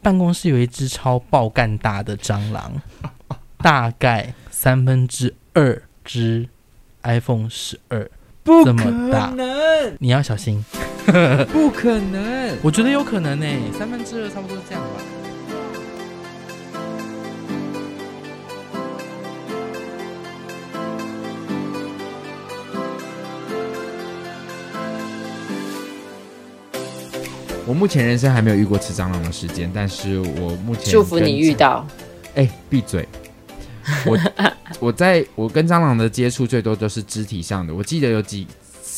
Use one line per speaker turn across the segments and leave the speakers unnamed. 办公室有一只超爆干大的蟑螂， 大概三分之二只 iPhone 十二
不
这
可
么大
能，
你要小心。
不可能。
我觉得有可能呢、三分之二差不多这样吧。
我目前人生还没有遇过吃蟑螂的时间，但是我目前
祝福
跟
你遇。到。
哎，闭嘴！我我在我跟蟑螂的接触最多都是肢体上的。我记得有几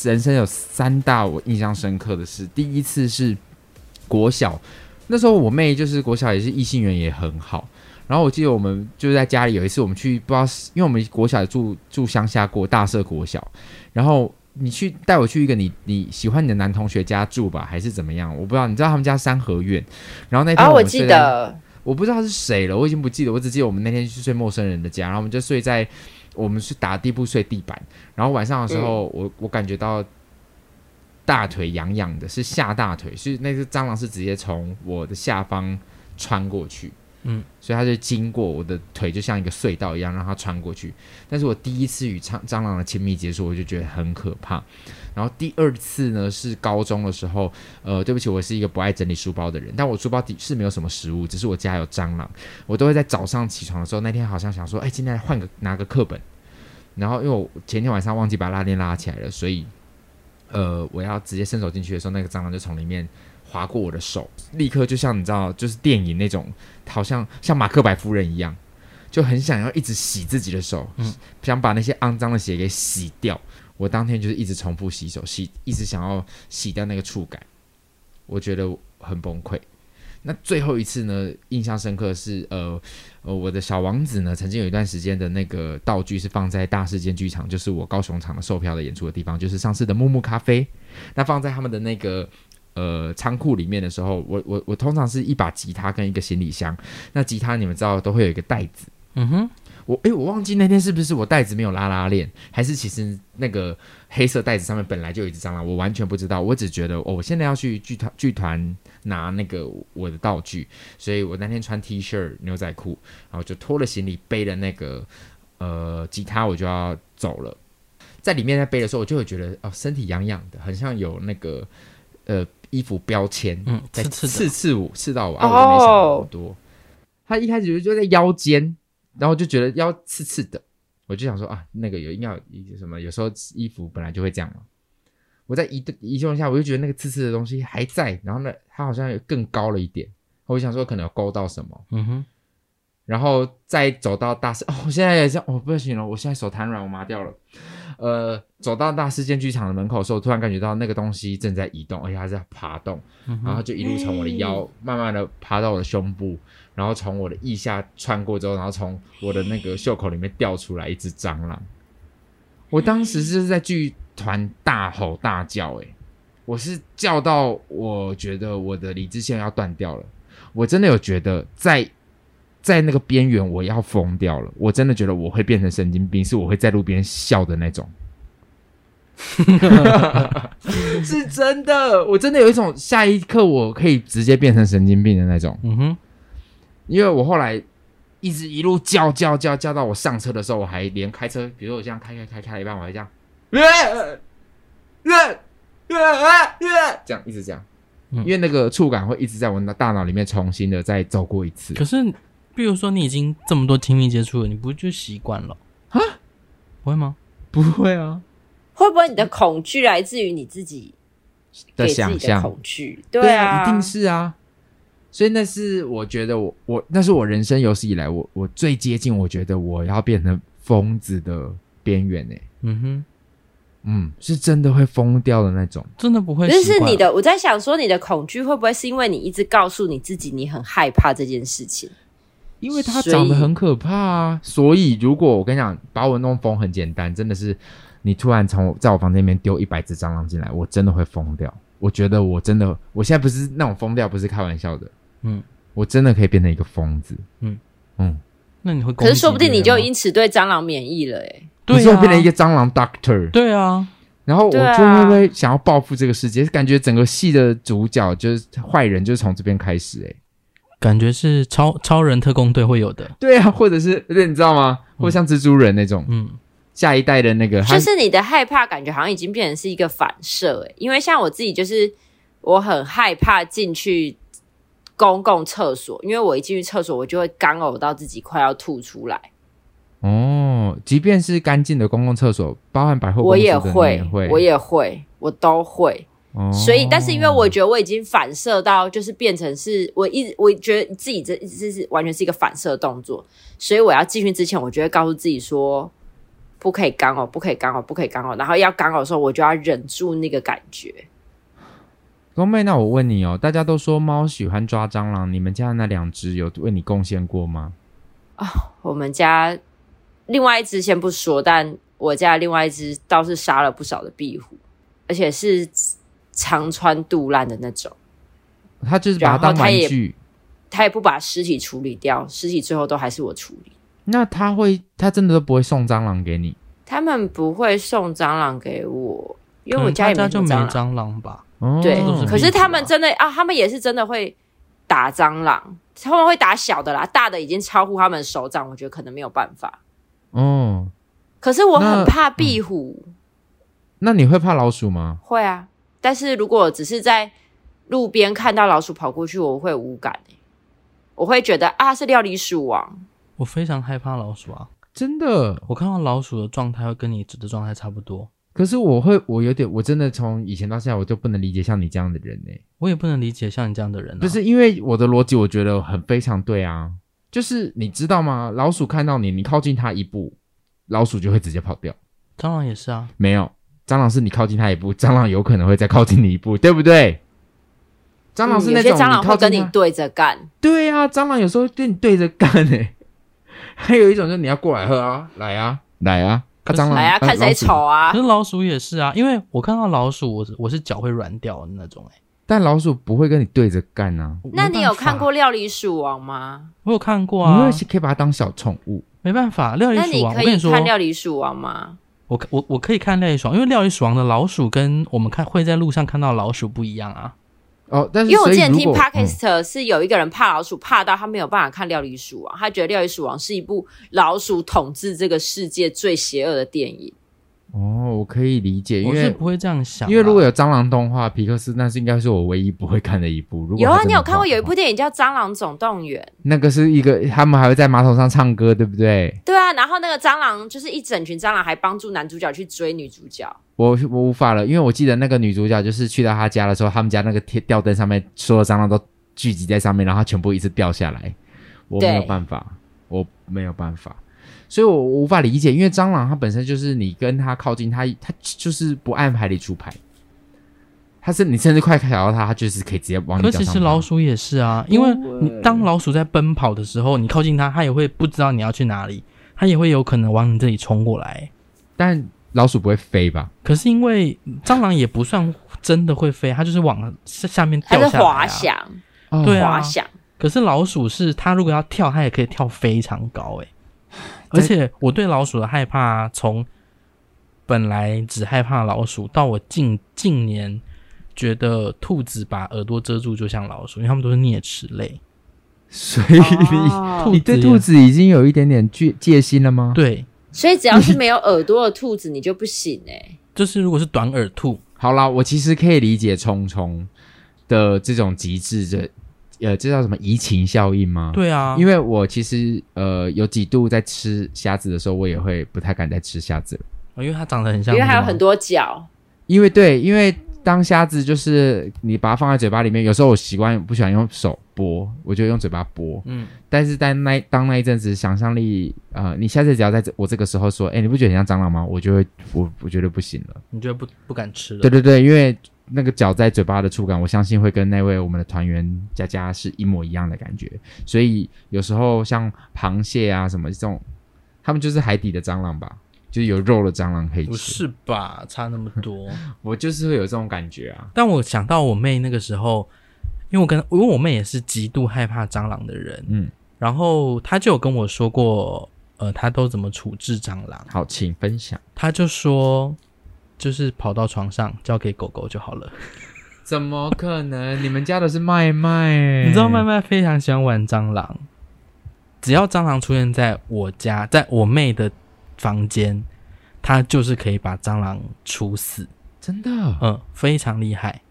人生有三大我印象深刻的事。第一次是国小，那时候我妹就是国小也是异性缘也很好。然后我记得我们就是在家里有一次我们去不知道是，因为我们国小住住乡下过大社国小，然后你去带我去一个你你喜欢你的男同学家住吧，还是怎么样？我不知道，你知道他们家三合院，然后那天
啊，
我
我
们
记
睡在
得，
我不知道是谁了，我已经不记得，我只记得我们那天去睡陌生人的家，然后我们就睡在我们是打地铺睡地板，然后晚上的时候，嗯我我感觉到大腿痒痒的，是下大腿，是那只蟑螂是直接从我的下方穿过去，
嗯，
所以它就经过我的腿，就像一个隧道一样让它穿过去。但是我第一次与蟑蟑螂的亲密接触，我就觉得很可怕。然后第二次呢是高中的时候，呃，对不起，我是一个不爱整理书包的人，但我书包底是没有什么食物，只是我家有蟑螂，我都会在早上起床的时候，那天好像想说，哎，今天来换个拿个课本，然后因为我前天晚上忘记把拉链拉起来了，所以，呃，我要直接伸手进去的时候，那个蟑螂就从里面划过我的手，立刻就像你知道，就是电影那种，好像像马克白夫人一样。就很想要一直洗自己的手，
嗯
想把那些肮脏的血给洗掉。我当天就是一直重复洗手，洗一直想要洗掉那个触感，我觉得很崩溃。那最后一次呢，印象深刻是呃呃，我的小王子呢，曾经有一段时间的那个道具是放在大事件剧场，就是我高雄场的售票的演出的地方，就是上次的木木咖啡。那放在他们的那个呃仓库里面的时候，我我我通常是一把吉他跟一个行李箱。那吉他你们知道都会有一个袋子。
嗯哼，
我诶，我忘记那天是不是我袋子没有拉拉链，还是其实那个黑色袋子上面本来就有一只蟑螂，我完全不知道。我只觉得哦，我现在要去剧团剧团拿那个我的道具，所以我那天穿 T 恤、牛仔裤，然后就拖了行李，背了那个呃吉他，我就要走了。在里面在背的时候，我就会觉得哦，身体痒痒的，很像有那个呃衣服标签，
嗯
在
刺刺的
刺刺我，刺到我，啊，我就没想那么
哦
多。他一开始就在腰间，然后就觉得腰刺刺的，我就想说啊，那个有应该有一些什么，有时候衣服本来就会这样嘛。我在移动移动一下，我就觉得那个刺刺的东西还在，然后呢，它好像有更高了一点，我就想说可能有勾到什么，
嗯哼，
然后再走到大师，哦，我现在也是，哦，不行了，我现在手瘫软，我麻掉了。呃，走到大事件剧场的门口的时候，突然感觉到那个东西正在移动，而且还在爬动，
嗯
然后
哼，
就一路从我的腰慢慢的爬到我的胸部，然后从我的腋下穿过之后，然后从我的那个袖口里面掉出来一只蟑螂。我当时是在剧团大吼大叫、欸，我是叫到我觉得我的理智线要断掉了，我真的有觉得在在那个边缘我要疯掉了，我真的觉得我会变成神经病，是我会在路边笑的那 种。是真的，我真的有一种下一刻我可以直接变成神经病的那种，
嗯哼，
因为我后来一直一路叫叫叫叫到我上车的时候，我还连开车，比如说我这样开开开开了一半，我还这样，这样一直这样，
嗯
因为那个触感会一直在我的大脑里面重新的再走过一次。
可是比如说你已经这么多亲密接触了，你不就习惯了啊？不会吗？
不会啊
会不会你的恐惧来自于你自己
的
给自
想
己的
象，
恐惧？对
啊，
啊，
一定是啊。所以那是我觉得我我那是我人生有史以来我我最接近我觉得我要变成疯子的边缘呢、欸
嗯哼，
嗯，是真的会疯掉的那种。
真的不会
可是
习
是
惯
你的，我在想说，你的恐惧会不会是因为你一直告诉你自己你很害怕这件事情？
因为它
所
长得
以
很可怕啊，所以如果我跟你讲，把我弄疯很简单，真的是你突然从我在我房间里面丢一百只蟑螂进来，我真的会疯掉。我觉得我真的，我现在不是那种疯掉，不是开玩笑的，
嗯，
我真的可以变成一个疯子，
嗯
嗯，
那你会攻击别人吗，
可
啊
是说不定你就因此对蟑螂免疫了、欸，
你
对
说我
啊，
变成一个蟑螂 doctor，
对啊，
然后我就
对啊
会不会想要报复这个世界？感觉整个戏的主角就是坏人，就是从这边开始、欸，
感觉是超超人特工队会有的，
对啊，或者是对，你知道吗？或者像蜘蛛人那种、
嗯，
下一代的那个，他
就是你的害怕感觉好像已经变成是一个反射、欸，因为像我自己就是我很害怕进去公共厕所，因为我一进去厕所我就会干呕到自己快要吐出来，
哦，即便是干净的公共厕所，包含百货公
我
司的，
也
你
会，
会，
我，也会，我都会。
哦、
所以，但是因为我觉得我已经反射到，就是变成是我一直我觉得自己这这是完全是一个反射动作，所以我要进去之前，我就会告诉自己说，不可以干呕，不可以干呕，不可以干呕，然后要干呕的时候，我就要忍住那个感觉。
公妹，那我问你哦，大家都说猫喜欢抓蟑螂，你们家的那两只有为你贡献过吗？
我们家另外一只先不说，但我家另外一只倒是杀了不少的壁虎，而且是肠穿肚烂的那种。
它就是把它
然
当
后它
玩
也
具。
他也不把尸体处理掉，尸体最后都还是我处理。
那它会，它真的都不会送蟑螂给你
他们不会送蟑螂给我，因
可
嗯
为我
能
家
他
也
家就没
蟑螂。
蟑螂吧，
哦。
对
都是，
可是
壁虎
他们
啊
真的啊，他们也是真的会打蟑螂，他们会打小的啦，大的已经超乎他们的手掌，我觉得可能没有办法。
哦，
可是我
那
很怕壁虎，
那你会怕老鼠吗？
会啊。但是如果只是在路边看到老鼠跑过去，我会无感、欸、我会觉得啊是料理鼠王，
我非常害怕老鼠啊，
真的，
我看到老鼠的状态会跟你指的状态差不多，
可是我会，我有点，我真的从以前到现在，我就不能理解像你这样的人呢、
我也不能理解像你这样的人、啊，
不是因为我的逻辑，我觉得很非常对啊。就是你知道吗？老鼠看到你，你靠近它一步，老鼠就会直接跑掉。
蟑螂也是啊，
没有，蟑螂是你靠近它一步，蟑螂有可能会再靠近你一步，对不对？蟑螂是
嗯
那
有些
种、
蟑螂
你靠
会
近
跟你
它
对着干，
对啊，蟑螂有时候跟你对着干诶、 还有一种就是你要过来喝啊，来啊，来啊，看蟑螂，
来啊
呃
看谁。
老
丑
鼠
啊
可。是老鼠也是啊，因为我看到老鼠，我是我是脚会软掉的那种、欸，
但老鼠不会跟你对着干啊，
我
那
没
你
办
有看
法
过《料理鼠王》吗？
我有看过
你
啊
会，可以把它当小宠物。
没办法，料理
那
鼠
你
王，
可
我跟
以
你说，
看《料理鼠王》吗？
我可我我可以看料理鼠王，因为料理鼠王的老鼠跟我们看会在路上看到老鼠不一样啊。
哦，但是
因为我
所以
之前
如
听
嗯
果
podcast 是有一个人怕老鼠，怕到他没有办法看《料理鼠王》，他觉得《料理鼠王》是一部老鼠统治这个世界最邪恶的电影。
嗯哦，我可以理解，因
我
为
是不会这样想啊，
因为如果有蟑螂动画，皮克斯那是应该是我唯一不会看的一部。如果
有
它
啊，
真
你
的
有看
画
过
的
有一
话
部，电影叫《蟑螂总动员
那个是一个他们还会在马桶上唱歌，对不对》？？
对啊，然后那个蟑螂就是一整群蟑螂，还帮助男主角去追女主角。
我我无法了，因为我记得那个女主角就是去到她家的时候，他们家那个天吊灯上面所有蟑螂都聚集在上面，然后它全部一直掉下来，我没有
对
办法，我没有办法。所以我无法理解，因为蟑螂它本身就是你跟它靠近，它它就是不按牌理出牌，它是你甚至快踩到它，它就是可以直接哦往你
可
脚
是
上爬。
其实老鼠也是啊，因为你当老鼠在奔跑的时候，你靠近它，它也会不知道你要去哪里，它也会有可能往你这里冲过来。
但老鼠不会飞吧？
可是因为蟑螂也不算真的会飞，它就是往下下面
它
掉
是
下来、啊。
滑。翔，
哦
对啊
滑翔，
可是老鼠是它如果要跳，它也可以跳非常高诶、而
对
且我对老鼠的害怕，从本来只害怕老鼠，到我近近年觉得兔子把耳朵遮住就像老鼠，因为它们都是啮齿类。
所以你、
哦
你对兔子已经有一点点戒戒心了吗？，
对，
所以只要是没有耳朵的兔子，你就不行哎、
就是如果是短耳兔，
好啦，我其实可以理解虫虫的这种极致的，呃，这叫什么移情效应吗？。
对啊，
因
为
为我其实呃有几度在吃虾子的时候，我也会不太敢再吃虾子了，
因为它长得很像，
因为还有很，多脚。
因为对，因为当虾子就是你把它放在嘴巴里面，有时候我习惯不喜欢用手剥，我就用嘴巴剥。
嗯，
但是在那当那一阵子想象力，呃，你下次只要在这我这个时候说，哎、你不觉得很像蟑螂吗？我就会，我我觉得不行了。
你就不不敢吃了。
对对对，因为那个脚在嘴巴的触感，我相信会跟那位我们的团员佳佳是一模一样的感觉。所以有时候像螃蟹啊什么这种，他们就是海底的蟑螂吧，就是有肉的蟑螂可以
不
吃。
是吧？差那么多。
我就是会有这种感觉啊。
但我想到我妹那个时候，因为我跟因为我妹也是极度害怕蟑螂的人，
嗯，
然后她就有跟我说过，呃，她都怎么处置蟑螂。
好，请分享。
她就说，就是跑到床上交给狗狗就好了。
怎么可能？你们家的是麦麦、欸
你知道麦麦非常喜欢玩蟑螂，只要蟑螂出现在我家，在我妹的房间，她就是可以把蟑螂处死。
真的？
嗯，非常厉害。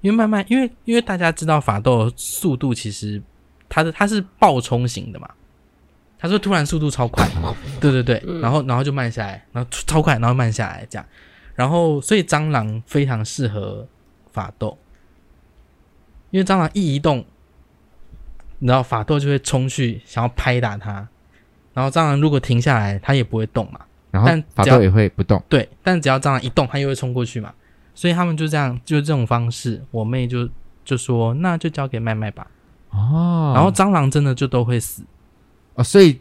因为慢慢，因为因为大家知道法斗速度其实它的它是爆冲型的嘛，它是突然速度超快，对对对，然后然后就慢下来，然后超快，然后慢下来这样，然后所以蟑螂非常适合法斗，因为蟑螂一移动，然后法斗就会冲去想要拍打它，然后蟑螂如果停下来，它也不会动嘛，
然后
但
法
只要
斗也会不动，
对，但只要蟑螂一动，它又会冲过去嘛，所以他们就这样，就这种方式，我妹就就说那就交给麦麦吧。
哦
然后蟑螂真的就都会死，
哦，所以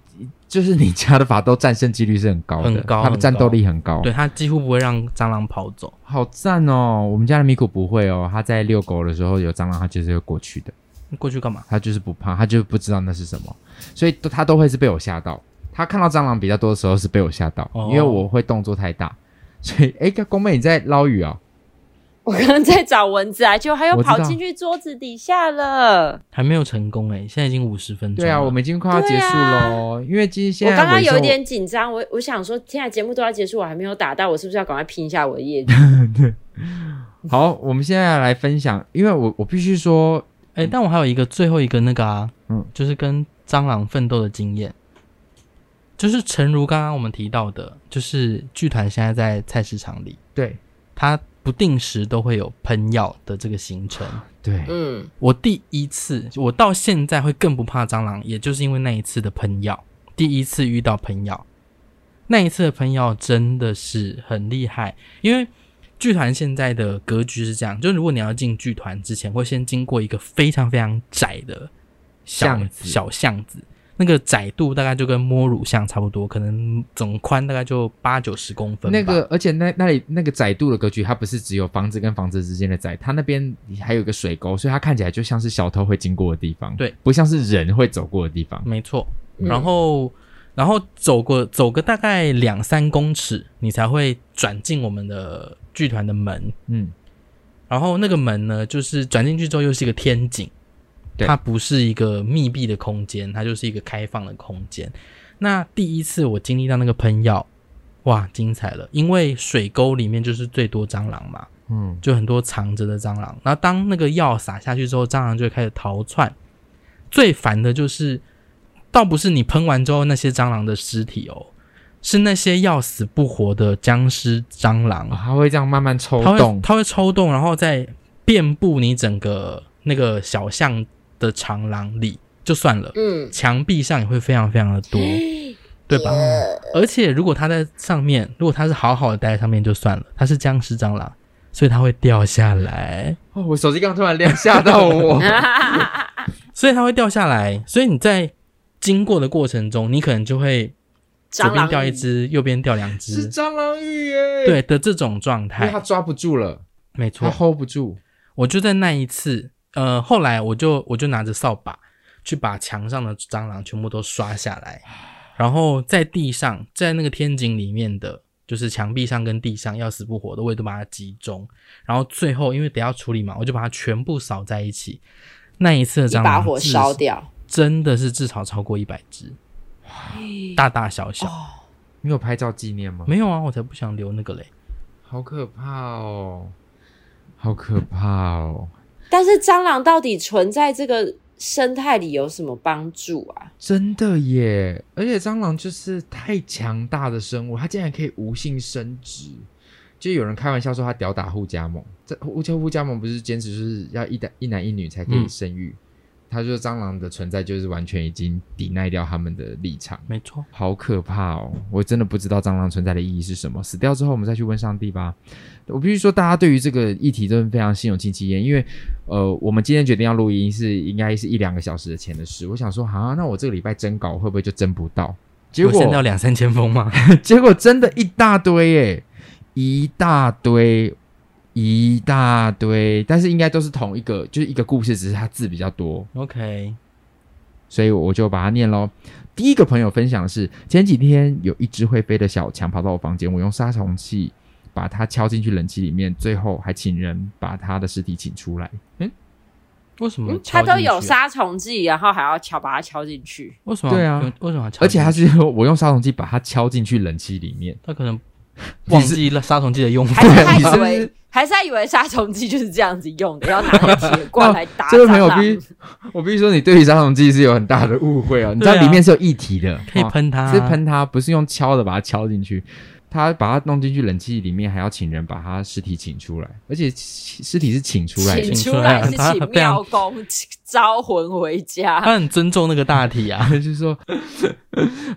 就是你家的法斗战胜几率是很高的，
很高
它的战斗力很高，
对，，它几乎不会让蟑螂跑走。
好赞哦！我们家的米果不会哦，它在遛狗的时候有蟑螂，它就是会过去的，
过去干嘛？
它就是不怕，它就不知道那是什么，所以都它都会是被我吓到。它看到蟑螂比较多的时候是被我吓到，
哦
因为我会动作太大， 所以哎，公妹你在捞鱼哦，
我刚刚在找蚊子啊，结果它又
我知道
跑进去桌子底下了。
还没有成功哎、现在已经五十分钟
对
了。
啊，我们已经快要结束喽，因为今
我
现在
刚刚
尾声
有一点紧张，我我想说，天啊，节目都要结束，我还没有打到，我是不是要赶快拼一下我的 业绩？
好，我们现在来分享，因为我我必须说，
哎、但我还有一个最后一个那个啊，
嗯
就是跟蟑螂奋斗的经验，就是诚如刚刚我们提到的，就是剧团现在在菜市场里，
对
它不定时都会有喷药的这个行程。
对，
嗯，
我第一次，我到现在会更不怕蟑螂，也就是因为那一次的喷药。第一次遇到喷药，那一次的喷药真的是很厉害。因为剧团现在的格局是这样，就如果你要进剧团之前，会先经过一个非常非常窄的小
巷子
小巷子，那个窄度大概就跟摸乳巷差不多，可能总宽大概就八九十公分吧。
那个，而且那那里那个窄度的格局，它不是只有房子跟房子之间的窄，它那边还有一个水沟，所以它看起来就像是小偷会经过的地方，
对，
不像是人会走过的地方。
没错。然后，然后走过走个大概两三公尺，你才会转进我们的剧团的门。
嗯，
然后那个门呢，就是转进去之后又是一个天井，
对
它不是一个密闭的空间，它就是一个开放的空间。那第一次我经历到那个喷药，哇，精彩了！因为水沟里面就是最多蟑螂嘛，
嗯，
就很多藏着的蟑螂。然后当那个药撒下去之后，蟑螂就会开始逃窜。最烦的就是，倒不是你喷完之后那些蟑螂的尸体哦，是那些要死不活的僵尸蟑螂，
哦它会这样慢慢抽
它会
动，
它会抽动，然后再遍布你整个那个小巷的长廊里，就算了。
嗯，
墙壁上也会非常非常的多，对吧？而且如果它在上面，如果它是好好的待在上面就算了，它是僵尸蟑螂，所以它会掉下来，
哦， 我手机刚突然亮，吓到 我。
所以它会掉下来，所以你在经过的过程中，你可能就会左
蟑
边
螂
掉一只，右边掉两
是
只，
蟑螂浴耶！，
对的这种状
因为
态，
它抓不住了，
没
它
错。
hold 不住。
我就在那一次，呃，后来我就我就拿着扫把去把墙上的蟑螂全部都刷下来，
啊
然后在地上，在那个天井里面的，就是墙壁上跟地上要死不活的，我也都把它集中，然后最后因为得要处理嘛，我就把它全部扫在一起。那一次的
一
蟑
把
螂
火
至
烧，掉，
真的是至少超过一百只，大大小小、
哦
你有拍照纪念吗？
没有啊，我才不想留那个嘞。
好可怕哦，好可怕哦！
但是蟑螂到底存在这个生态里有什么帮助啊？
真的耶！而且蟑螂就是太强大的生物，它竟然可以无性生殖，就有人开玩笑说他屌打互加盟，这互加互加盟不是坚持就是要一男一男一女才可以
嗯
生育，他说蟑螂的存在就是完全已经抵赖掉他们的立场，
没错，
好可怕哦！我真的不知道蟑螂存在的意义是什么。死掉之后，我们再去问上帝吧。我必须说，大家对于这个议题真的非常心有戚戚焉，因为呃，我们今天决定要录音是应该是一两个小时的前的事。我想说，啊，那我这个礼拜征稿会不会就征不到？结
有
果
剩到两三千封吗？
结果真的一大堆耶，一大堆，一大堆，但是应该都是同一个，就是一个故事，只是它字比较多，
OK，
所以我就把它念喽。第一个朋友分享的是，前几天有一只会飞的小强跑到我房间，我用杀虫器把它敲进去冷气里面，最后还请人把它的尸体请出来。嗯，
为什么
嗯它
敲进
都有
去啊？
杀虫剂，然后还要敲把它敲进去，
为什么要
对啊
用？为什么要敲进去？
而且它是我用杀虫器把它敲进去冷气里面。
他可能忘记了杀虫剂的用法
还。是
对
他
你是
以
不
为
是
还是他以为杀虫剂就是这样子用的，要拿个铁罐来打
这位朋
蟑
友必
螂
须。，我必须说，你对于杀虫剂是有很大的误会 哦。你知道
对啊
里面是有液体的，
可以
哦
喷它啊
是喷它，不是用敲的把它敲进去。他把它弄进去冷气里面，还要请人把他尸体请出来，而且尸尸体是请出来的
出
请。出
来
来是
他
请
非常
庙公招魂回家。
他很尊重那个大体啊，
就是说，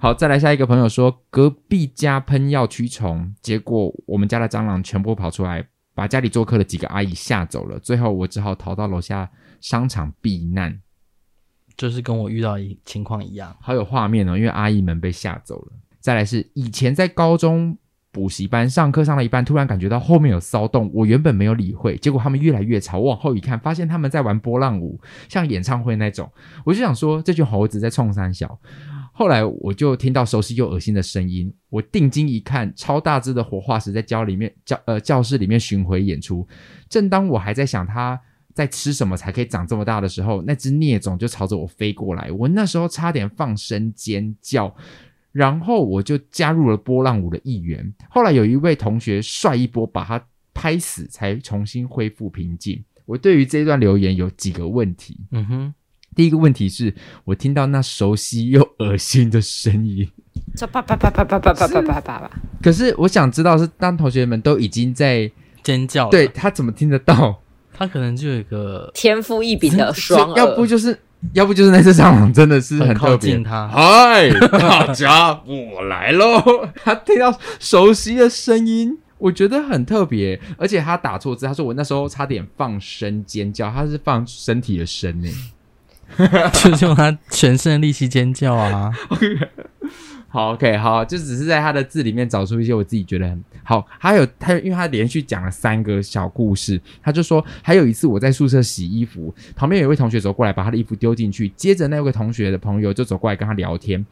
好，再来下一个朋友说，隔壁家喷药驱虫，结果我们家的蟑螂全部跑出来，把家里做客的几个阿姨吓走了。最后我只好逃到楼下商场避难。
就是跟我遇到一情况一样。
好有画面哦，因为阿姨们被吓走了。再来是以前在高中补习班上课上了一半，突然感觉到后面有骚动，我原本没有理会，结果他们越来越吵。我往后一看，发现他们在玩波浪舞，像演唱会那种。我就想说，这群猴子在冲三小。后来我就听到熟悉又恶心的声音，我定睛一看，超大只的活化石在教里面教呃教室里面巡回演出。正当我还在想它在吃什么才可以长这么大的时候，那只孽种就朝着我飞过来，我那时候差点放声尖叫。然后我就加入了波浪舞的一员。后来有一位同学帅一波把他拍死，才重新恢复平静。我对于这一段留言有几个问题。
嗯哼，
第一个问题是我听到那熟悉又恶心的声音，
就啪啪啪啪啪啪啪啪啪啪啪，
可是我想知道是当同学们都已经在
尖叫了。
对他怎么听得到？
他可能就有一个
天赋异禀的
是
双耳，
要不就是要不就是那只蟑螂真的是
很
特
靠
别
近。他，
嗨，大家，我来喽！ 他听到熟悉的声音，我觉得很特别，而且他打错字，他说我那时候差点放声尖叫，他是放身体的声呢。
就是用他全身的力气尖叫啊。
好，OK，好，就只是在他的字里面找出一些我自己觉得很好。还有他，因为他连续讲了三个小故事，他就说，还有一次我在宿舍洗衣服，旁边有一位同学走过来，把他的衣服丢进去，接着那位同学的朋友就走过来跟他聊天，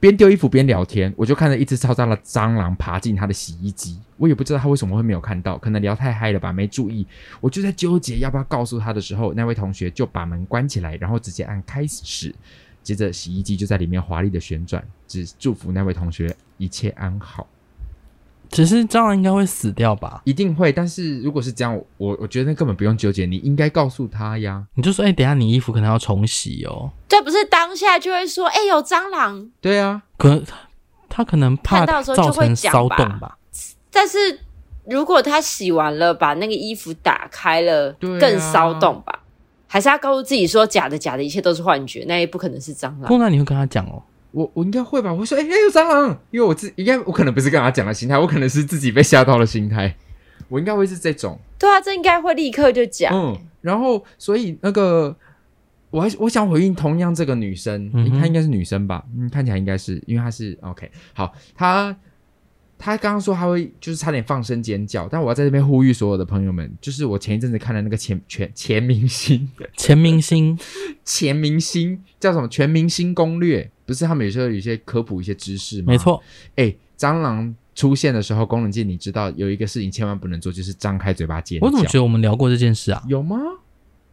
边丢衣服边聊天，我就看着一只超大的蟑螂爬进他的洗衣机，我也不知道他为什么会没有看到，可能聊太嗨了吧，没注意。我就在纠结要不要告诉他的时候，那位同学就把门关起来，然后直接按开始。接着洗衣机就在里面华丽的旋转，只祝福那位同学一切安好。
只是蟑螂应该会死掉吧？
一定会，但是如果是这样，我我觉得那根本不用纠结，你应该告诉他呀。
你就说，哎、等一下你衣服可能要重洗哦。
这不是当下就会说，哎、有蟑螂，
对啊，
可能他他可能怕
看到的时候就
造
会
成
讲
骚
吧
动吧。
但是如果他洗完了，把那个衣服打开了，
对啊
更骚动吧？还是他告诉自己说，假的假的，一切都是幻觉，那也不可能是蟑螂。
不然你会跟他讲哦。
我我应该会吧。我说，哎、哎有蟑螂，因为我自应该我可能不是跟他讲的心态，我可能是自己被吓到的心态，我应该会是这种。
对啊，这应该会立刻就讲。
嗯，然后所以那个，我还我想回应同样这个女生，
嗯哼
她应该是女生吧？嗯，看起来应该是，因为她是哦 OK。好，她她刚刚说她会就是差点放声尖叫，但我要在这边呼吁所有的朋友们，就是我前一阵子看的那个全全全明星
前明星
全明星叫什么《全明星攻略》，不是他们有时候有一些科普一些知识吗？
没，错，
哎，蟑螂。出现的时候，功能界你知道有一个事情千万不能做，就是张开嘴巴尖叫。
我怎么觉得我们聊过这件事啊？
有吗？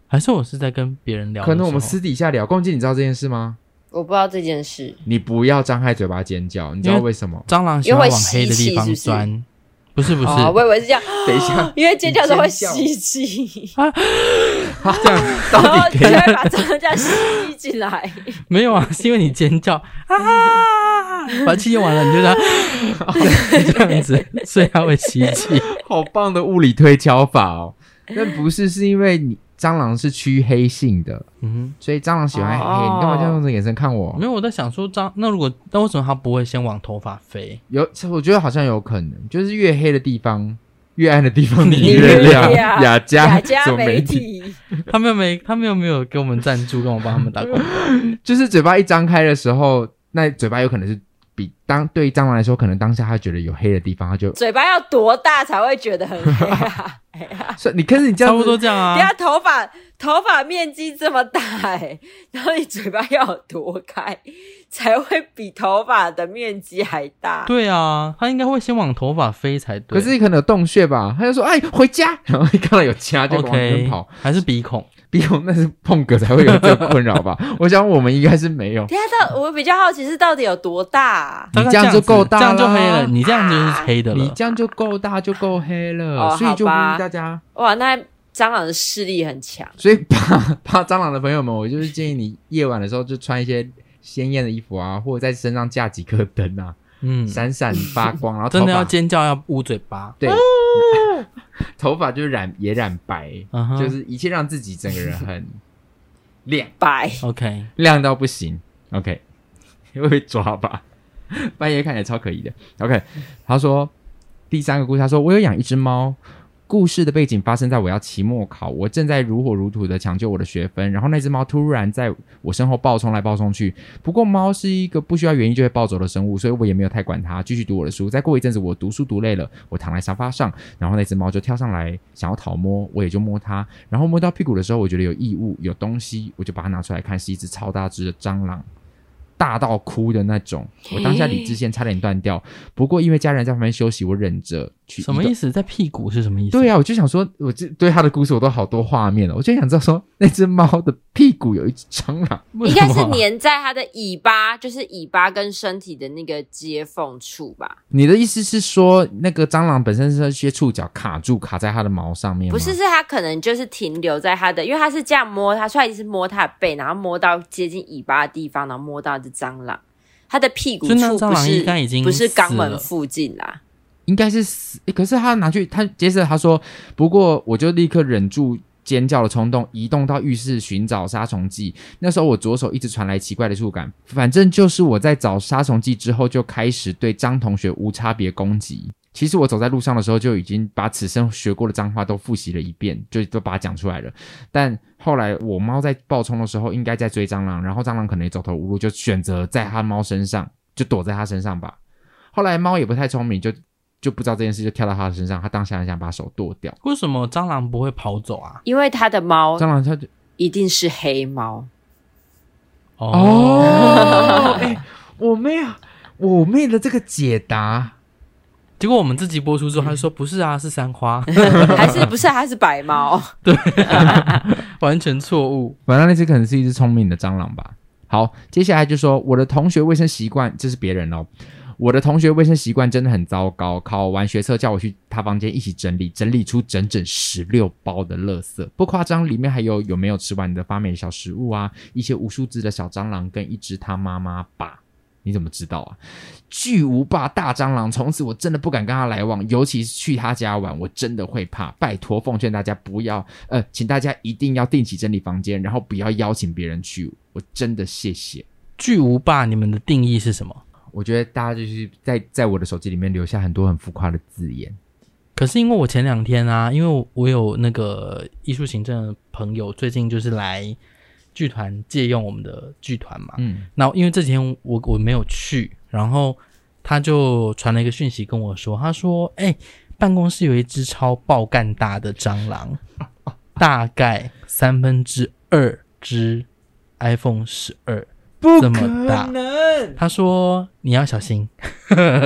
还是我是在跟别人聊的时候？
可能我们私底下聊。龚姐，你知道这件事吗？
我不知道这件事，
你不要张开嘴巴尖叫，你知道为什 么？
蟑螂喜欢往黑的地方钻，不是不是，
哦，我以为是这样，
等一 下，
因为尖叫都会
你尖叫
吸气，
这样
然
到
后
底
就
可以？
会把蟑螂这样吸进来。
没有啊，是因为你尖叫啊， 把气用完了，你就这样 这样 子，所以它会吸气。
好棒的物理推敲法哦。那不是是因为你蟑螂是趋黑性的，
嗯
所以蟑螂喜欢黑。
哦
你干嘛这样用这个眼神看我
哼，没？有，我在想说张，那如果那为什么它不会先往头发飞？
有，其实我觉得好像有可能，就是越黑的地方，越暗的地方你
你
越
越
亮。
亮
雅加
雅 加
什么
媒
媒体，
体，
他们又没，他们又没有给我们赞助，跟我帮他们打 广告。
就是嘴巴一张开的时候，那嘴巴有可能是比当对蟑螂来说，可能当下它觉得有黑的地方，它就
嘴巴要多大才会觉得很黑 啊？
所以你可是你这样
差不
子
多这样
等一
啊
下。头发头发面积这么大哎、 然后你嘴巴要有多开才会比头发的面积还大？
对啊，它应该会先往头发飞才对。
可是你可能有洞穴吧？他就说：“哎，回家。” 然后一看到有家就往那边
OK，
跑。
还是鼻孔？
鼻孔那是碰哥才会有这个困扰 吧？我想我们应该是没有。
等一下到我比较好奇是到底有多大啊、
你
大概
这样就
子
够大
这样就
啦
黑了。你这样就是黑的
你
了。
这样就够大就够黑了，
哦
所以就呼
好吧
吁大家。
哇，那蟑螂的视力很强，
所以 怕怕蟑螂的朋友们，我就是建议你夜晚的时候就穿一些鲜艳的衣服啊，或者在身上架几颗灯啊，
嗯，
闪闪发光，然后头
真的要哦
发
尖叫，要捂嘴巴。
对， 头发就染也染白，
嗯哼
就是一切让自己整个 人很亮
白
OK，
亮到不行。OK，会 被抓吧？半夜看起来超可疑的。OK，他说第三个故事，他说我有养一只猫。故事的背景发生在我要期末考，我正在如火如荼的抢救我的学分，然后那只猫突然在我身后暴冲来暴冲去。不过猫是一个不需要原因就会暴走的生物，所以我也没有太管它，继续读我的书。再过一阵子，我读书读累了，我躺在沙发上，然后那只猫就跳上来想要讨摸，我也就摸它，然后摸到屁股的时候，我觉得有异物，有东西，我就把它拿出来看，是一只超大只的蟑螂。大到哭的那种，我当下理智线差点断掉。不过因为家人在旁边休息，我忍着去移
什
动。
么意思？在屁股是什么意思？
对啊，我就想说，我这对他的故事我都好多画面了，我就想知道说，那只猫的屁股有一只蟑螂，
为
应
什
该
么
是
啊
粘在它的尾巴，就是尾巴跟身体的那个接缝处吧？
你的意思是说，那个蟑螂本身是那些触角卡住，卡在它的毛上面吗？
不是，是它可能就是停留在它的，因为它是这样摸它，所以它一直摸它的背，然后摸到接近尾巴的地方，然后摸到这蟑螂，它的屁股
所以那
处
蟑
不
螂
是
应该已经
不是肛
死
门
了
附近啦。
应该是死。诶可是他拿去，他接着他说，不过我就立刻忍住。尖叫的冲动，移动到浴室寻找杀虫剂。那时候我左手一直传来奇怪的触感，反正就是我在找杀虫剂之后，就开始对张同学无差别攻击。其实我走在路上的时候，就已经把此生学过的脏话都复习了一遍，就都把它讲出来了。但后来我猫在暴冲的时候，应该在追蟑螂，然后蟑螂可能也走投无路，就选择在它猫身上，就躲在它身上吧。后来猫也不太聪明，就就不知道这件事，就跳到它的身上，它当下很想把手剁掉。
为什么蟑螂不会跑走啊？
因为它的猫
蟑螂它就
一定是黑猫，
哦， 哎、我妹啊，我妹的这个解答，
结果我们自己播出之后，他就说不是啊，是三 花，
还是不是还是白猫？
完全错误。
反正那只可能是一只聪明的蟑螂吧。好，接下来就说我的同学卫生习惯，这是别人哦。我的同学卫生习惯真的很糟糕，考完学测叫我去他房间一起整理，整理出整整十六包的垃圾，不夸张，里面还有有没有吃完的发霉小食物啊，一些无数只的小蟑螂跟一只他妈妈吧。你怎么知道啊？巨无霸大蟑螂，从此我真的不敢跟他来往，尤其是去他家玩，我真的会怕。拜托，奉劝大家不要，呃，请大家一定要定期整理房间，然后不要邀请别人去。我真的谢谢。
巨无霸，你们的定义是什么？
我觉得大家就是在在我的手机里面留下很多很浮夸的字眼。
可是因为我前两天啊，因为我我有那个艺术行政的朋友，最近就是来剧团借用我们的剧团嘛。
嗯，
那因为这几天我我没有去，然后他就传了一个讯息跟我说，他说：“哎、办公室有一只超爆干大的蟑螂，大概三分之二只 iPhone 十二
不
这么大。”
能，
他说：“你要小心。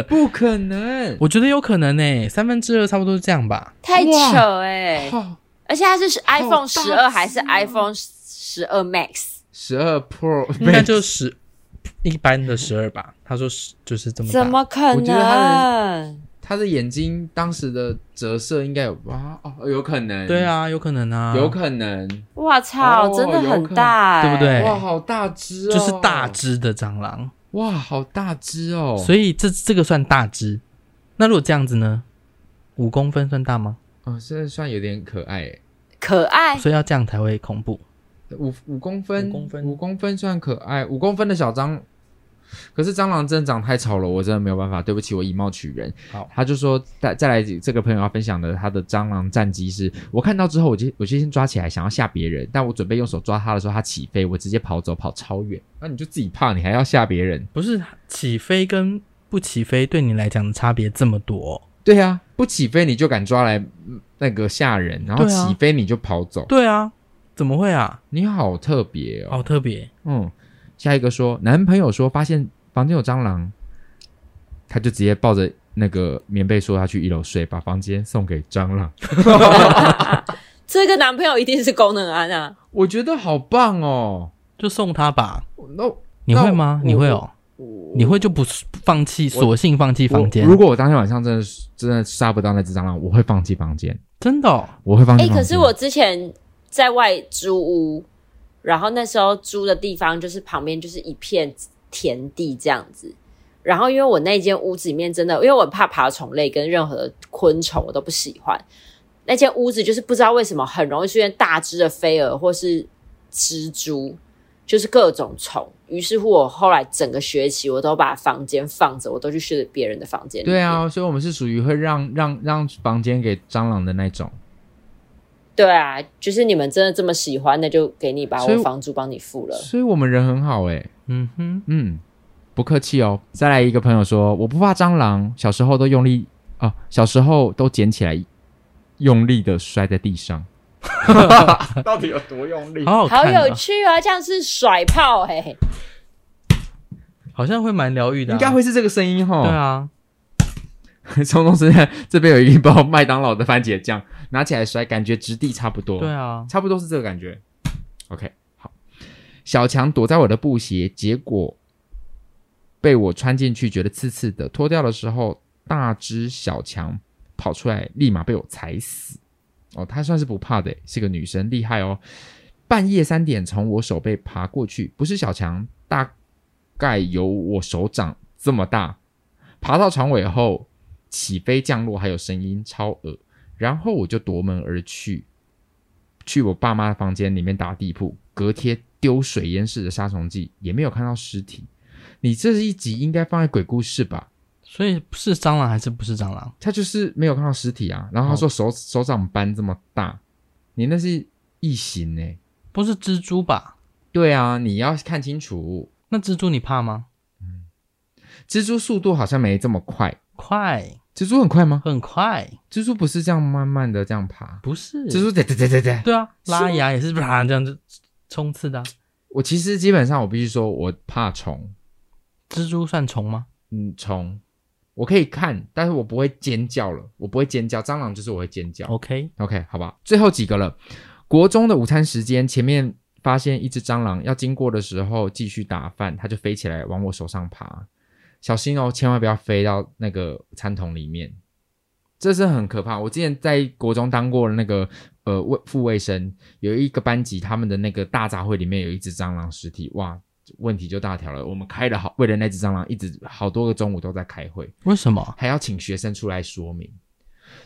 不可能”。
我觉得有可能呢、三分之二差不多是这样吧。
太扯哎、
哦，
而且它是
好大
iPhone
只
十
哦
二还是 iPhone 十二 Max？
十二 Pro，
应该就十一般的十二吧。他说十就是这么大，
怎么可
我觉得它
能？
他的眼睛当时的折射应该有哇哦，有可能，
对，啊，有可能啊，
有可能，
哇操，
哦
真的很大、欸，
有可能对不对
哇，好大只哦，
就是大只的蟑螂。
哇，好大只哦！
所以这这个算大只。那如果这样子呢？五公分算大吗？
哦，这算有点可爱耶，
可爱，
所以要这样才会恐怖。
五五公分，
五公分
五公分算可爱，五公分的小蟑，可是蟑螂真的长太丑了，我真的没有办法，对不起，我以貌取人。
好
他就说再再来这个朋友要分享的他的蟑螂战绩是，我看到之后我就我就先抓起来想要吓别人，但我准备用手抓它的时候，它起飞，我直接跑走，跑超远。那你就自己怕，你还要吓别人？
不是起飞跟不起飞对你来讲的差别这么多哦、
对啊，不起飞你就敢抓来嗯那个吓人，然后
对啊
起飞你就跑走，
对啊，怎么会啊？
你好特别哦。
好特别，
嗯，下一个说，男朋友说发现房间有蟑螂，他就直接抱着那个棉被说他去一楼睡，把房间送给蟑螂。
这个男朋友一定是功能安啊，
我觉得好棒哦。
就送他吧。
那
你会吗？
那我
你会哦，你会就不放弃，索性放弃房间
我？如果我当天晚上真的是真的杀不到那只蟑螂，我会放弃房间，
真的哦、
我会放弃
哎、
房间。
可是我之前在外租屋，然后那时候租的地方就是旁边就是一片田地这样子。然后因为我那间屋子里面真的，因为我很怕爬虫类跟任何的昆虫，我都不喜欢。那间屋子就是不知道为什么很容易出现大只的飞蛾或是蜘蛛，就是各种虫。于是乎，我后来整个学期我都把房间放着，我都去睡别人的房间。
对，啊，所以我们是属于会让让让房间给蟑螂的那种。
对啊，就是你们真的这么喜欢，那就给你吧，
所以
我房租帮你付了。
所以我们人很好哎、
嗯哼，
嗯，不客气哦。再来一个朋友说，我不怕蟑螂，小时候都用力啊，小时候都捡起来，用力的摔在地上。到底有多用力？
好好
好
看、啊，
有趣啊！这样是甩炮哎、
好像会蛮疗愈的啊、
应该会是这个声音吼。
对 啊，
冲动时代这边有一包麦当劳的番茄酱，拿起来摔，感觉质地差不多。
对啊，
差不多是这个感觉。OK，好。小强躲在我的布鞋，结果被我穿进去，觉得刺刺的。脱掉的时候，大只小强跑出来，立马被我踩死。哦，她算是不怕的，是个女生，厉害哦。半夜三点从我手背爬过去，不是小强，大概有我手掌这么大。爬到床尾后，起飞、降落还有声音，超恶。然后我就夺门而去，去我爸妈的房间里面打地铺，隔贴丢水淹式的杀虫剂，也没有看到尸体。你这一集应该放在鬼故事吧？
所以是蟑螂还是不是蟑螂？
他就是没有看到尸体啊。然后他说手、手掌斑这么大，你那是异形呢、
不是蜘蛛吧？
对啊，你要看清楚。
那蜘蛛你怕吗？
蜘蛛速度好像没这么快，
快，
蜘蛛很快吗？
很快，
蜘蛛不是这样慢慢的这样爬？
不是
蜘蛛对对对对对，
对啊，
吗
拉牙也是啪这样子冲刺的啊、
我其实基本上我必须说，我怕虫，
蜘蛛算虫吗？
嗯，虫我可以看，但是我不会尖叫了，我不会尖叫。蟑螂就是我会尖叫。
OK，
OK，好吧，最后几个了。国中的午餐时间，前面发现一只蟑螂，要经过的时候继续打饭，它就飞起来往我手上爬，小心哦，千万不要飞到那个餐桶里面，这是很可怕。我之前在国中当过那个呃卫副卫生，有一个班级他们的那个大杂烩里面有一只蟑螂尸体，哇，问题就大条了。我们开了好为了那只蟑螂，一直好多个中午都在开会。
为什么？
还要请学生出来说明。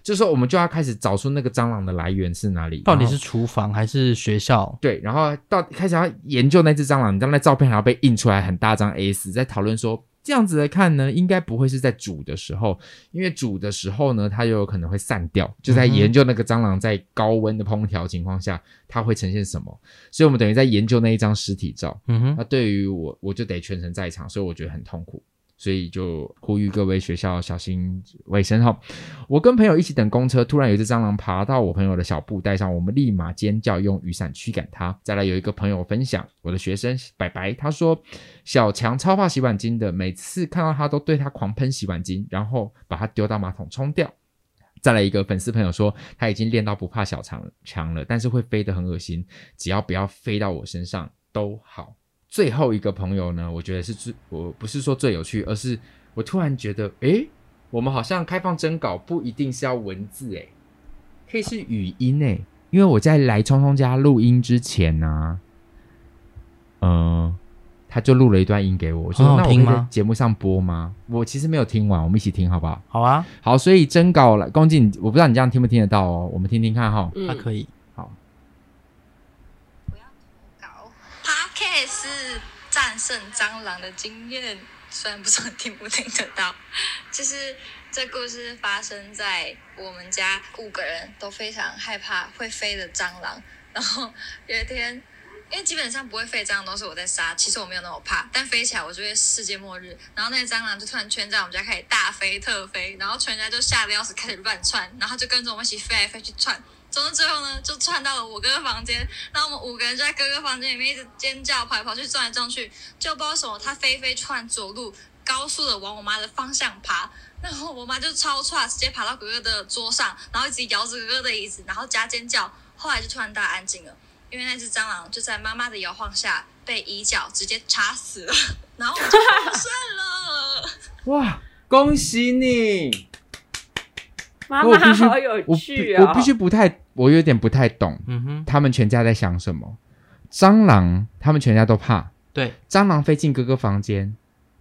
这时候我们就要开始找出那个蟑螂的来源是哪里，
到底
然后
是厨房还是学校？
对，然后到开始要研究那只蟑螂，你知道那照片还要被印出来很大张 A 4在讨论说这样子来看呢，应该不会是在煮的时候，因为煮的时候呢，它又有可能会散掉，就在
嗯哼
研究那个蟑螂在高温的烹调情况下它会呈现什么，所以我们等于在研究那一张尸体照。
嗯
那
哼，
对于我，我就得全程在场，所以我觉得很痛苦，所以就呼吁各位学校小心卫生哈。我跟朋友一起等公车，突然有一只蟑螂爬到我朋友的小布袋上，我们立马尖叫，用雨伞驱赶它。再来有一个朋友分享，我的学生白白，他说小强超怕洗碗巾的，每次看到他都对他狂喷洗碗巾，然后把它丢到马桶冲掉。再来一个粉丝朋友说，他已经练到不怕小强强了，但是会飞得很恶心，只要不要飞到我身上都好。最后一个朋友呢，我觉得是最我不是说最有趣，而是我突然觉得，诶，我们好像开放征稿不一定是要文字，诶，可以是语音，诶，因为啊我在来聪聪家录音之前呢、嗯，呃，他就录了一段音给我，我
很
说
好
那我可
哦听
以
吗
在节目上播吗？我其实没有听完，我们一起听好不好？
好啊，
好，所以征稿来，恭进，我不知道你这样听不听得到哦，我们听听看哈、
嗯
那、啊可以。
Podcast 是战胜蟑螂的经验，虽然不知道你听不听得到，就是这故事发生在我们家五个人都非常害怕会飞的蟑螂，然后有一天。因为基本上不会飞的蟑螂都是我在杀，其实我没有那么怕，但飞起来我就会世界末日。然后那个蟑螂就突然圈在我们家开始大飞特飞，然后全家就吓得要死，开始乱窜，然后就跟着我们一起飞来飞去窜。总之最后呢，就窜到了我哥哥房间，然后我们五个人就在哥哥房间里面一直尖叫，跑来跑去，撞来撞去，就不知道为什么，他飞飞窜左路，高速的往我妈的方向爬，然后我妈就超窜，直接爬到哥哥的桌上，然后一直摇着哥哥的椅子，然后加尖叫，后来就突然大安静了，因为那只蟑螂就在妈妈的摇晃下被椅脚直接插死了，然后我们就获胜了。
哇，恭喜你！
妈
我必
妈
须
好有
我
趣
必
啊、
我必须不太，我有点不太懂
嗯哼，
他们全家在想什么。蟑螂，他们全家都怕。
对
蟑螂飞进哥哥房间，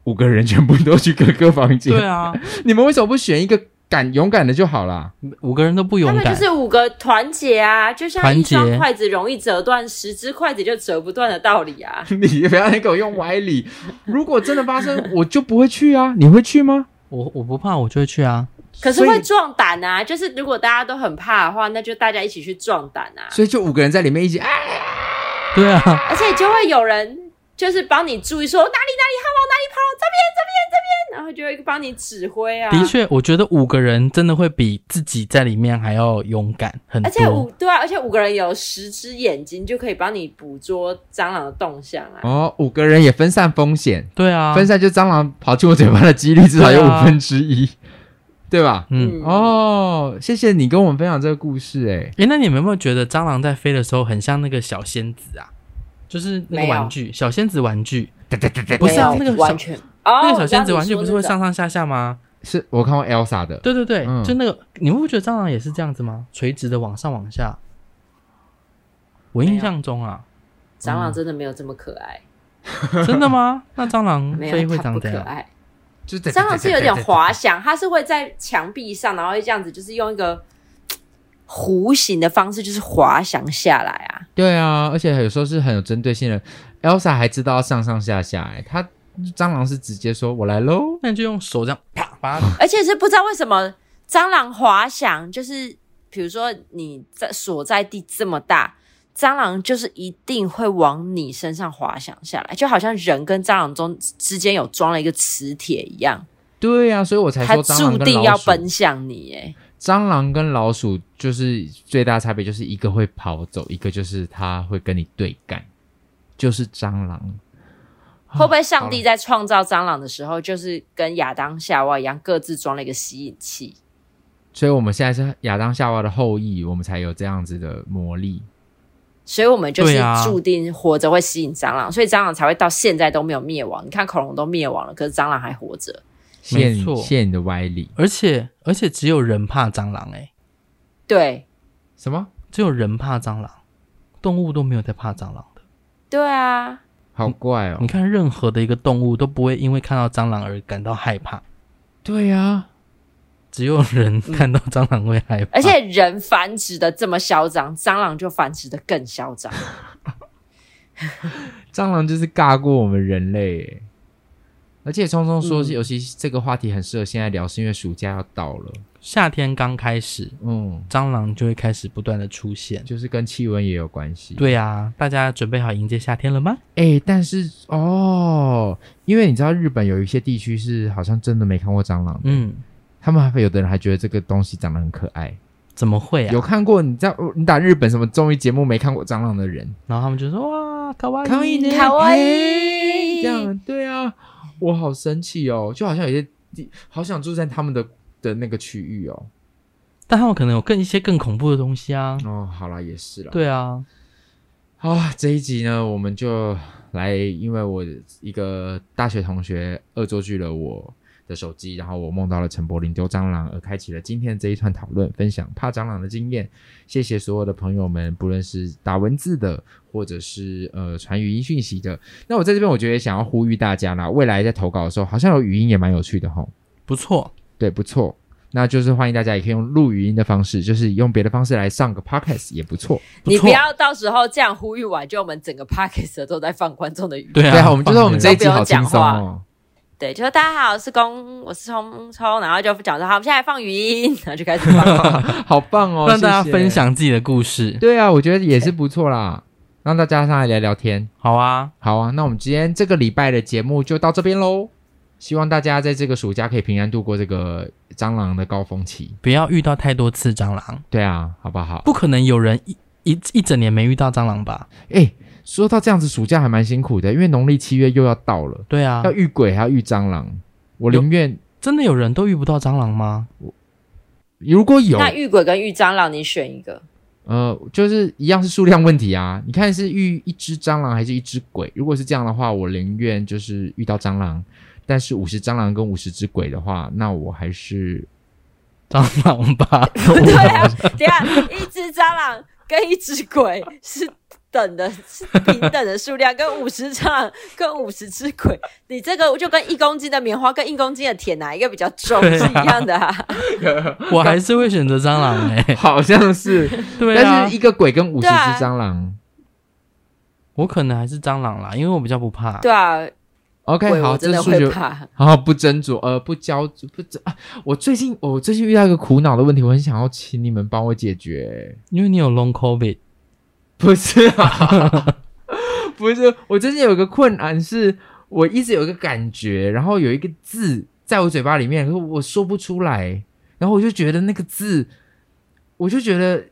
五个人全部都去哥哥房间。
对啊，
你们为什么不选一个敢勇敢的就好啦？
五个人都不勇
他们
敢
就，是五个团结啊，就像
团
一
结
双筷子容易折断，十只筷子就折不断的道理啊。
你不要给我用歪理。如果真的发生，我就不会去啊。你会去吗？
我我不怕，我就会去啊。
可是
所以
会撞胆啊，就是如果大家都很怕的话，那就大家一起去撞胆啊，
所以就五个人在里面一起啊，
对 啊，
而且就会有人就是帮你注意说哪里哪里好往哪里跑，这边这边这边，然后就会帮你指挥啊。
的确，我觉得五个人真的会比自己在里面还要勇敢很
而且
多
五。对啊，而且五个人有十只眼睛，就可以帮你捕捉蟑螂的动向啊。
哦，五个人也分散风险，
对啊，
分散就蟑螂跑进我嘴巴的几率至少有
对啊
五分之一，对吧？
嗯，
哦，谢谢你跟我们分享这个故事、哎，
诶，那你们有没有觉得蟑螂在飞的时候很像那个小仙子啊？就是那个
没有
玩具，小仙子玩具，
不
不是啊那个小
完全哦，
那个小仙子玩具不是会
上。
上上下下吗？
是我看过 Elsa 的，
对对对，
嗯
就那个，你们不觉得蟑螂也是这样子吗？垂直的往上往下。我印象中啊，
蟑螂真的没有这么可爱，
真的吗？那蟑螂
没
飞嗯
有
会
它
长
不
怎
可
样？
爱。
就是
蟑螂是有点滑翔，它是会在墙壁上，然后会这样子，就是用一个嘖弧形的方式，就是滑翔下来啊。
对啊，而且有时候是很有针对性的。Elsa 还知道要上上下下、哎，她蟑螂是直接说“我来喽
那你就用手这样啪把它，
而且是不知道为什么蟑螂滑翔，就是比如说你在所在地这么大，蟑螂就是一定会往你身上滑翔下来，就好像人跟蟑螂中之间有装了一个磁铁一样，”。
对啊，所以我才
它
说蟑
注
螂跟
定要
老鼠，
奔向你、欸。
蟑螂跟老鼠就是最大差别，就是一个会跑走，一个就是它会跟你对干，就是蟑螂。啊
会不会上帝在创造蟑螂的时候，就是跟亚当夏娃一样，各自装了一个吸引器？
所以我们现在是亚当夏娃的后裔，我们才有这样子的魔力。
所以我们就是
对啊
注定活着会吸引蟑螂，所以蟑螂才会到现在都没有灭亡。你看恐龙都灭亡了，可是蟑螂还活着。
谢谢你
没错
谢谢你的歪理。
而且而且只有人怕蟑螂诶，
对，
什么？
只有人怕蟑螂，动物都没有在怕蟑螂的。
对啊，
好怪哦
你！看任何的一个动物都不会因为看到蟑螂而感到害怕，
对啊，
只有人
嗯
看到蟑螂会害怕。
而且人繁殖的这么嚣张，蟑螂就繁殖的更 嚣张。
蟑螂就是尬过我们人类耶。而且聪聪
嗯
说，尤其是这个话题很适合现在聊，是因为暑假要到了，
夏天刚开始，
嗯，
蟑螂就会开始不断的出现。
就是跟气温也有关系。，
对啊，大家准备好迎接夏天了吗？
哎、但是哦，因为你知道日本有一些地区是好像真的没看过蟑螂，
嗯，
他们还有的人还觉得这个东西长得很可爱。
怎么会啊？
有看过你知道你打日本什么综艺节目没看过蟑螂的人，
然后他们就说哇，卡哇
看
伊
一
呢
点，
卡哇伊
哎这样对啊，我好生气哦，就好像有些地好想住在他们的的那个区域哦。
但他们可能有更一些更恐怖的东西啊。
哦，好啦，也是啦。
对啊，
好啊，这一集呢，我呃们就来，因为我一个大学同学恶作剧了我，的手机，然后我梦到了陈柏霖丢蟑螂，而开启了今天这一串讨论，分享怕蟑螂的经验。谢谢所有的朋友们，不论是打文字的，或者是呃传语音讯息的。那我在这边，我觉得也想要呼吁大家啦，未来在投稿的时候，好像有语音也蛮有趣的吼。
不错，
对，不错。那就是欢迎大家也可以用录语音的方式，就是用别的方式来上个 podcast 也不错。
你不
错
要到时候这样呼吁完，就我们整个 p a c k a g e 都在放观众的语。
对啊，
对啊，我们就
放
是我们
人
这一
都不
集
用
好轻
讲
松
话
哦。
对，就说大家好，我是公，我是聪聪，然后就讲说好，我们现在放语音，然后就开始放。
好棒哦！
让大家
谢谢
分。享自己的故事。
对啊，我觉得也是不错啦，让大家上来聊聊天。
好啊，
好啊，那我们今天这个礼拜的节目就到这边喽。希望大家在这个暑假可以平安度过这个蟑螂的高峰期。
不要遇到太多次蟑螂，
对啊，好不好？
不可能有人一一一整年没遇到蟑螂吧？
哎，说到这样子，暑假还蛮辛苦的，因为农历七月又要到了，
对啊
要，遇鬼还要遇蟑螂。我
有
宁愿
真的有人都遇不到蟑螂吗？
如果有，
那遇鬼跟遇蟑螂，你选一个。
呃，就是一样是数量问题啊。你看是遇一只蟑螂还是一只鬼？如果是这样的话，我宁愿就是遇到蟑螂。但是五十蟑螂跟五十只鬼的话，那我还是
蟑螂 吧，
对啊，等一下一只蟑螂跟一只鬼是等的，是平等的数量，跟五十蟑 螂跟五十只鬼，你这个就跟一公斤的棉花跟一公斤的铁哪一个比较重
对
是
啊
一样 的啊？
我还是会选择蟑螂哎、
好像是，
对啊
但是，一个鬼跟五十
对啊
只蟑螂。
我可能还是蟑螂啦，因为我比较不怕。
对啊，
OK，
鬼
好，
我真
这
的
数
会
学
怕。
好不斟酌，呃，不焦不斟、啊。我最近我最近遇到一个苦恼的问题，我很想要请你们帮我解决。
因为你有 long covid，
不是啊， 不是，我最近有一个困难是，我一直有一个感觉，然后有一个字在我嘴巴里面，可是我说不出来，然后我就觉得那个字，我就觉得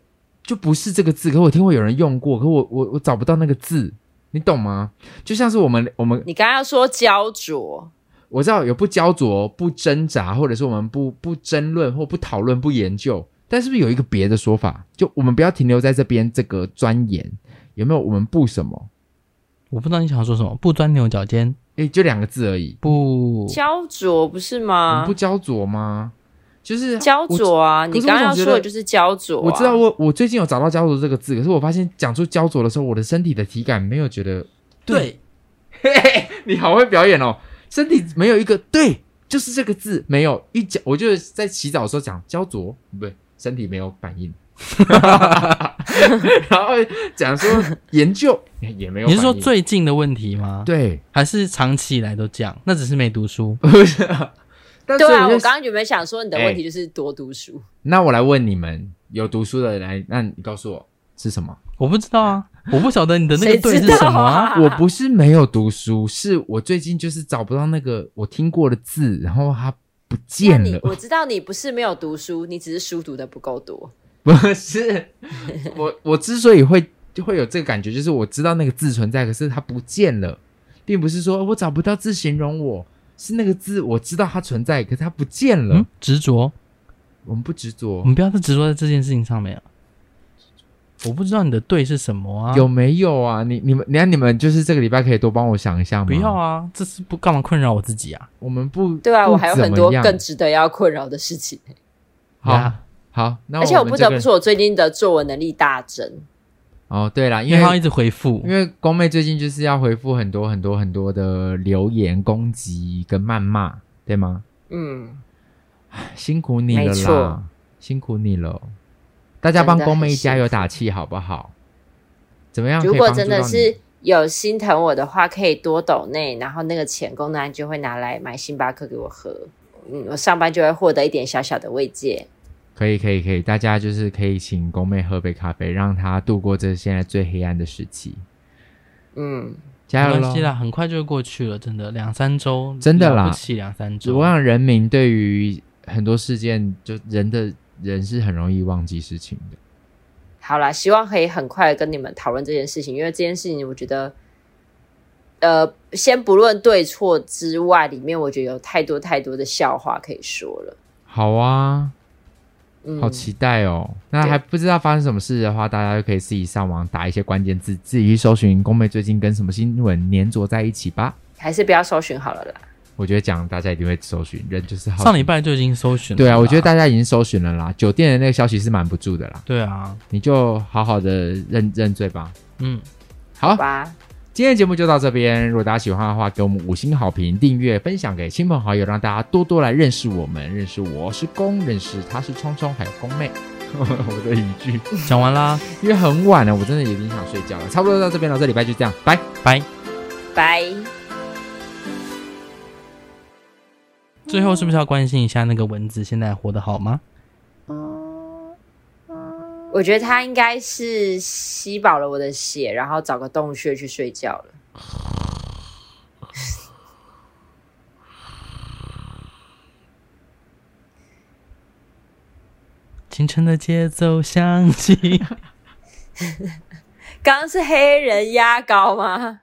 就不是这个字，可我听过有人用过，可我我我找不到那个字，你懂吗？就像是我们我们
你刚刚说焦灼，
我知道有不焦灼、不挣扎，或者是我们不不争论或不讨论、不研究，但是不是有一个别的说法？就我们不要停留在这边这个钻研，有没有？我们不什么？
我不知道你想要说什么，不钻牛角尖，
诶，就两个字而已，
不
焦灼不是
我
吗
们不？焦灼吗？就是
啊焦灼啊！
我
你刚刚要
可是我总觉得
说的就是焦灼、啊。
我。我知道我我最近有找到焦灼这个字，可是我发现讲出焦灼的时候，我的身体的体感没有觉得。
对，
嘿嘿，你好会表演哦，身体没有一个对，就是这个字没有一讲，我就是在洗澡的时候讲焦灼，不对，身体没有反应。然后讲说研究也没有
你
反应，
是说最近的问题吗？，
对？
还是长期以来都这样？那只是没读书。
不是啊，但
对
所以
啊，
我
我
就
刚刚有没有想说你的
哎
问题就是多读书？
那我来问你们，有读书的来，那你告诉我是什么？
我不知道啊，我不晓得你的那
谁
个对是
知道
什么啊。
啊？
我不是没有读书，是我最近就是找不到那个我听过的字，然后它不
那
见
你
了。
我知道你不是没有读书，你只是书读的不够多。
不是，我我之所以会就会有这个感觉，就是我知道那个字存在，可是它不见了，并不是说哦我找不到字形容我，是那个字我知道它存在，可是它不见了。
嗯，执着，
我们不执着
我，们不要再执着在这件事情上面了。我不知道你的对是什么啊？
有没有啊？你你们，你看你们就是这个礼拜可以多帮我想一下吗？
不要，啊？这是不干嘛困扰我自己啊？
我们不
对啊，
不
我还有很
怎
多
么样
更值得要困扰的事情，
好
呀
好。那
而且我
们
不
这
得
个
不说，我最近的作文能力大增。
哦，对啦，
因
因
为他一
为
直回复
因，为光妹最近就是要回复很多很多很多的留言、攻击跟谩骂，对吗？
嗯，
辛苦你了
没
啦
错，
辛苦你了，大家帮
真的
公妹
很
加油
辛苦
打气好不好？怎么样可以
如
帮助到
果
你？
真的是有心疼我的话，可以多抖内，然后那个钱公安就会拿来买星巴克给我喝。嗯，我上班就会获得一点小小的慰藉。
可以可以可以，大家就是可以请公妹喝杯咖啡，让她度过这现在最黑暗的时期。
嗯，
加
没
油
关系啦，
喽！
很快就会过去了，真的，两三周，
真的啦
了不起两三周。
我让人民对于很多事件，就人的人是很容易忘记事情的。
好啦，希望可以很快跟你们讨论这件事情，因为这件事情我觉得，呃，先不论对错之外，里面我觉得有太多太多的笑话可以说了。
好啊，
嗯，
好期待哦！那还不知道发生什么事的话，大家就可以自己上网打一些关键字，自己去搜寻宫妹最近跟什么新闻粘着在一起吧。
还是不要搜寻好了啦。
我我觉得讲大家一定会搜寻，人就是好奇
上礼拜就已经搜寻了啦。
对啊，我觉得大家已经搜寻了啦，酒店的那个消息是瞒不住的啦，
对啊，
你就好好的认认罪吧。
嗯，
好，
吧，
今天的节目就到这边。如果大家喜欢的话，给我们五星好评、订阅、分享给亲朋好友，让大家多多来认识我们，认识我是公，认识他是聪聪，还有公妹。 我的语句，
讲完啦，
因为很晚了，我真的有点想睡觉了。差不多到这边了，这礼拜就这样，拜。
拜。
拜。
最后是不是要关心一下那个蚊子现在活得好吗？
我觉得他应该是吸饱了我的血，然后找个洞穴去睡觉了。
清晨的节奏响起。
刚刚是黑人牙膏吗？